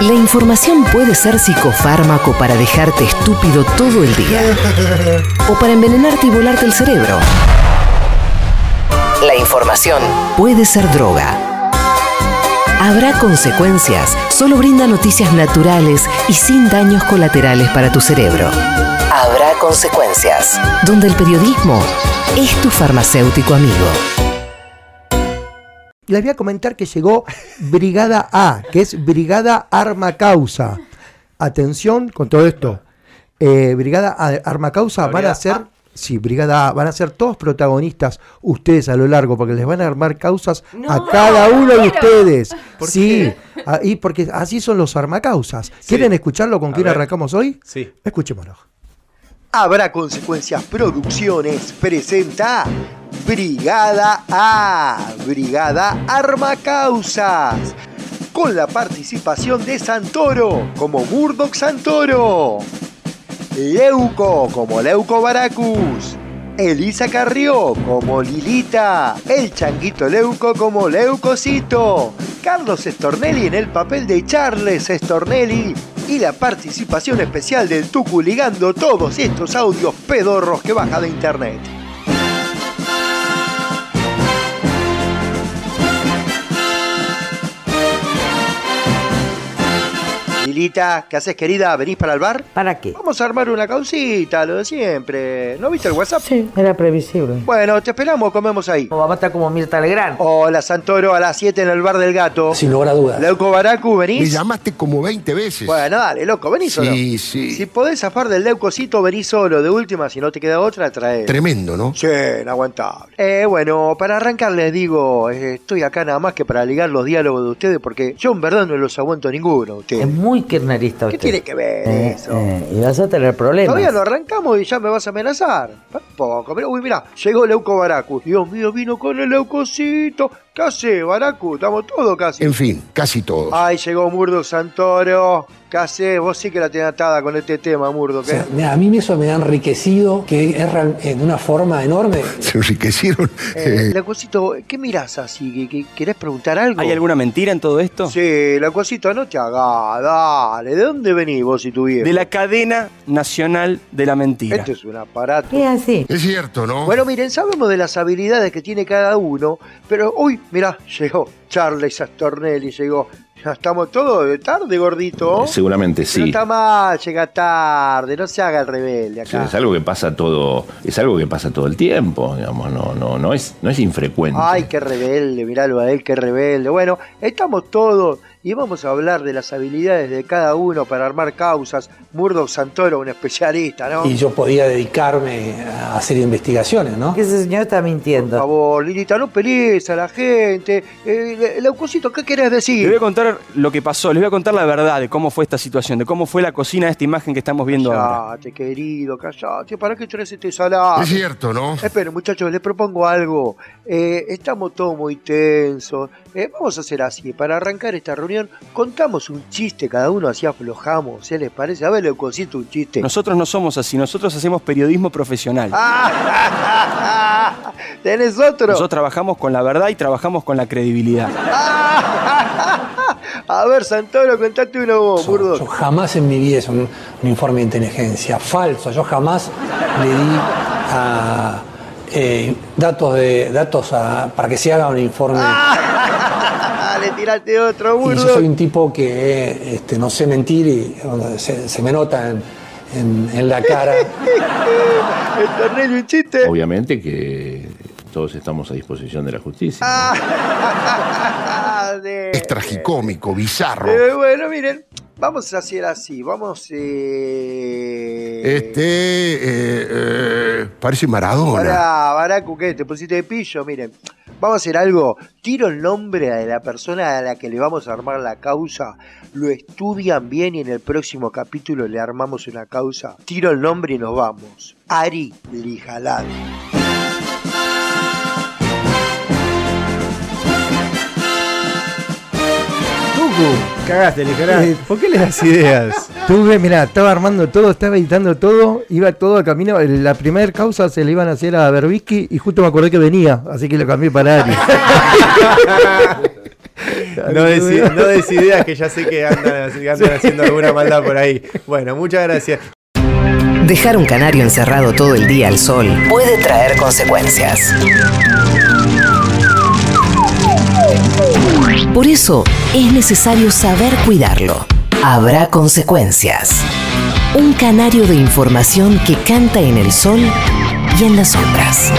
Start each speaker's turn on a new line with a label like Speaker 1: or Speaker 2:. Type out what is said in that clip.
Speaker 1: La información puede ser psicofármaco para dejarte estúpido todo el día. O para envenenarte y volarte el cerebro. La información puede ser droga. Habrá consecuencias. Solo brinda noticias naturales y sin daños colaterales para tu cerebro. Habrá consecuencias. Donde el periodismo es tu farmacéutico amigo.
Speaker 2: Les voy a comentar que llegó Brigada A, que es Brigada Arma Causa. Atención con todo esto. Eh, Brigada A- Arma Causa van a
Speaker 3: Brigada
Speaker 2: ser,
Speaker 3: A.
Speaker 2: sí, Brigada A, van a ser todos protagonistas ustedes a lo largo, porque les van a armar causas a cada uno de ustedes.
Speaker 3: ¿Por
Speaker 2: Sí, ah, y porque así son los armacausas. ¿Quieren escucharlo con
Speaker 3: A
Speaker 2: quién
Speaker 3: ver.
Speaker 2: arrancamos hoy?
Speaker 3: Sí.
Speaker 2: Escuchémoslo.
Speaker 4: Habrá Consecuencias Producciones presenta Brigada A, Brigada Arma Causas, con la participación de Santoro como Murdoch Santoro, Leuco como Leuco Baracus, Elisa Carrió como Lilita, el Changuito Leuco como Leucocito, Carlos Estornelli en el papel de Charles Estornelli y la participación especial del Tucu ligando todos estos audios pedorros que baja de internet. Lilita, ¿qué haces querida? ¿Venís para el bar?
Speaker 5: ¿Para qué?
Speaker 4: Vamos a armar una causita, lo de siempre. ¿No viste el WhatsApp?
Speaker 5: Sí, era previsible.
Speaker 4: Bueno, te esperamos, comemos ahí.
Speaker 5: O va a estar como Mirta Legrand.
Speaker 4: Hola, Santoro, a las 7 en el bar del gato.
Speaker 6: Sin lugar a dudas.
Speaker 4: Leuco Baracu,
Speaker 7: Me
Speaker 4: ¿venís?
Speaker 7: llamaste como 20 veces.
Speaker 4: Bueno, dale, loco, venís solo.
Speaker 7: Sí, sí.
Speaker 4: Si podés zafar del leucocito, venís solo. De última, si no te queda otra, trae.
Speaker 7: Tremendo, ¿no?
Speaker 4: Sí, inaguantable. Eh, bueno, para arrancar les digo, eh, estoy acá nada más que para ligar los diálogos de ustedes, porque yo en verdad no los aguanto ninguno. Ustedes.
Speaker 5: Es muy kirchnerista
Speaker 4: ¿Qué
Speaker 5: usted.
Speaker 4: tiene que ver
Speaker 5: Eh,
Speaker 4: eso?
Speaker 5: eh, y vas a tener problemas.
Speaker 4: Todavía no arrancamos y ya me vas a amenazar. Tampoco. Mirá, uy, mirá, llegó Leuco Baracu. Dios mío, vino con el leucocito. ¿Qué hace, Baracu? Estamos todos casi.
Speaker 7: En fin, casi todos.
Speaker 4: Ay, llegó Murdo Santoro. ¿Qué hace? Vos sí que la tenés atada con este tema, Murdo.
Speaker 6: O
Speaker 4: ¿qué?
Speaker 6: sea, mira, a mí eso me ha enriquecido, que es real- eh, de una forma enorme.
Speaker 7: Se enriquecieron.
Speaker 4: Eh, Leucocito, ¿qué mirás así? ¿Qué, qué- querés preguntar algo?
Speaker 3: ¿Hay alguna mentira en todo esto?
Speaker 4: Sí, Leucocito, no te hagas, dale. ¿De dónde venís vos si tu viejo?
Speaker 3: De la cadena nacional de la mentira.
Speaker 4: Esto es un aparato.
Speaker 5: Es así.
Speaker 7: Es cierto, ¿no?
Speaker 4: Bueno, miren, sabemos de las habilidades que tiene cada uno, pero hoy, mirá, llegó Charles Astornelli, llegó. Ya estamos todos de tarde, gordito.
Speaker 8: Eh, Seguramente
Speaker 4: No
Speaker 8: sí.
Speaker 4: está mal, llega tarde, no se haga el rebelde
Speaker 8: Sí,
Speaker 4: acá.
Speaker 8: Es algo que pasa todo, es algo que pasa todo el tiempo, digamos, no, no, no es, no es infrecuente.
Speaker 4: Ay, qué rebelde, miralo a él, qué rebelde. Bueno, estamos todos y vamos a hablar de las habilidades de cada uno para armar causas. Murdoch Santoro, un especialista, ¿no?
Speaker 6: Y yo podía dedicarme a hacer investigaciones, ¿no?
Speaker 5: Que ese señor está
Speaker 4: Por
Speaker 5: mintiendo.
Speaker 4: favor, Lilita, no pelees a la gente. Eh, Le- Leucocito, ¿qué querés
Speaker 3: Les voy a
Speaker 4: decir?
Speaker 3: contar lo que pasó, les voy a contar la verdad de cómo fue esta situación, de cómo fue la cocina de esta imagen que estamos viendo ahora.
Speaker 4: Callate, querido, callate. ¿Para qué traes este salado?
Speaker 7: Es cierto, ¿no?
Speaker 4: Esperen, muchachos, les propongo algo. Eh, estamos todos muy tensos. Eh, vamos a hacer así. Para arrancar esta reunión, contamos un chiste cada uno, así aflojamos. ¿Se les parece? A ver, le consiste un chiste.
Speaker 3: Nosotros no somos así, nosotros hacemos periodismo profesional.
Speaker 4: ¡Ah! ¿Tenés otro?
Speaker 3: Nosotros trabajamos con la verdad y trabajamos con la credibilidad.
Speaker 4: ¡Ah! A ver, Santoro, contate uno vos,
Speaker 6: Yo,
Speaker 4: burdo.
Speaker 6: yo jamás en mi vida es un, un informe de inteligencia falso. Yo jamás le di a, eh, datos de datos a- para que se haga un informe.
Speaker 4: le tiraste otro,
Speaker 6: y
Speaker 4: burdo.
Speaker 6: yo soy un tipo que eh, este, no sé mentir y bueno, se, se me nota en- en- en la cara.
Speaker 4: El torneo un chiste.
Speaker 8: Obviamente que todos estamos a disposición de la justicia.
Speaker 4: Ah, de-
Speaker 7: Es tragicómico, bizarro.
Speaker 4: Eh, bueno, miren, vamos a hacer así, vamos... Eh...
Speaker 7: Este. eh, eh, parece Maradona.
Speaker 4: Pará, Baracu, ¿qué? Te pusiste de pillo, miren. Vamos a hacer algo. Tiro el nombre de la persona a la que le vamos a armar la causa. Lo estudian bien y en el próximo capítulo le armamos una causa. Tiro el nombre y nos vamos. Ari Lijalad.
Speaker 2: Tucu,
Speaker 9: Cagaste, Nicolás. ¿Por qué le das ideas?
Speaker 2: tuve, Eh, mirá, estaba armando todo, estaba editando todo, iba todo a camino. La primera causa se le iban a hacer a Berbisky y justo me acordé que venía, así que lo cambié para Ari.
Speaker 5: No, desi- no desideas que ya sé que andan, que andan haciendo alguna maldad por ahí. Bueno, muchas gracias.
Speaker 1: Dejar un canario encerrado todo el día al sol puede traer consecuencias. Por eso es necesario saber cuidarlo. Habrá consecuencias. Un canario de información que canta en el sol y en las sombras.